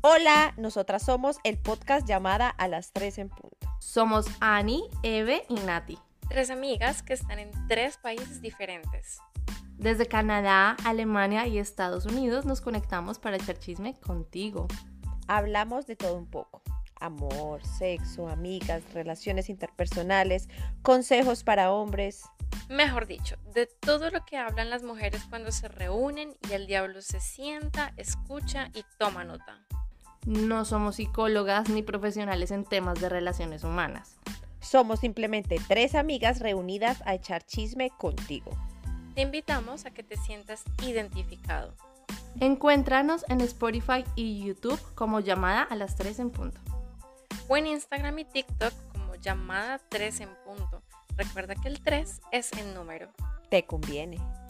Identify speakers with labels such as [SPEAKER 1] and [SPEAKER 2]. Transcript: [SPEAKER 1] Hola, nosotras somos el podcast llamada a las 3 en punto.
[SPEAKER 2] Somos Ani, Eve y Nati.
[SPEAKER 3] Tres amigas que están en tres países diferentes.
[SPEAKER 2] Desde Canadá, Alemania y Estados Unidos nos conectamos para echar chisme contigo.
[SPEAKER 1] Hablamos de todo un poco. Amor, sexo, amigas, relaciones interpersonales, consejos para hombres.
[SPEAKER 3] Mejor dicho, de todo lo que hablan las mujeres cuando se reúnen y el diablo se sienta, escucha y toma nota.
[SPEAKER 2] No somos psicólogas ni profesionales en temas de relaciones humanas.
[SPEAKER 1] Somos simplemente tres amigas reunidas a echar chisme contigo.
[SPEAKER 3] Te invitamos a que te sientas identificado.
[SPEAKER 2] Encuéntranos en Spotify y YouTube como llamada a las 3 en punto.
[SPEAKER 3] O en Instagram y TikTok como llamada 3 en punto. Recuerda que el 3 es el número.
[SPEAKER 1] Te conviene.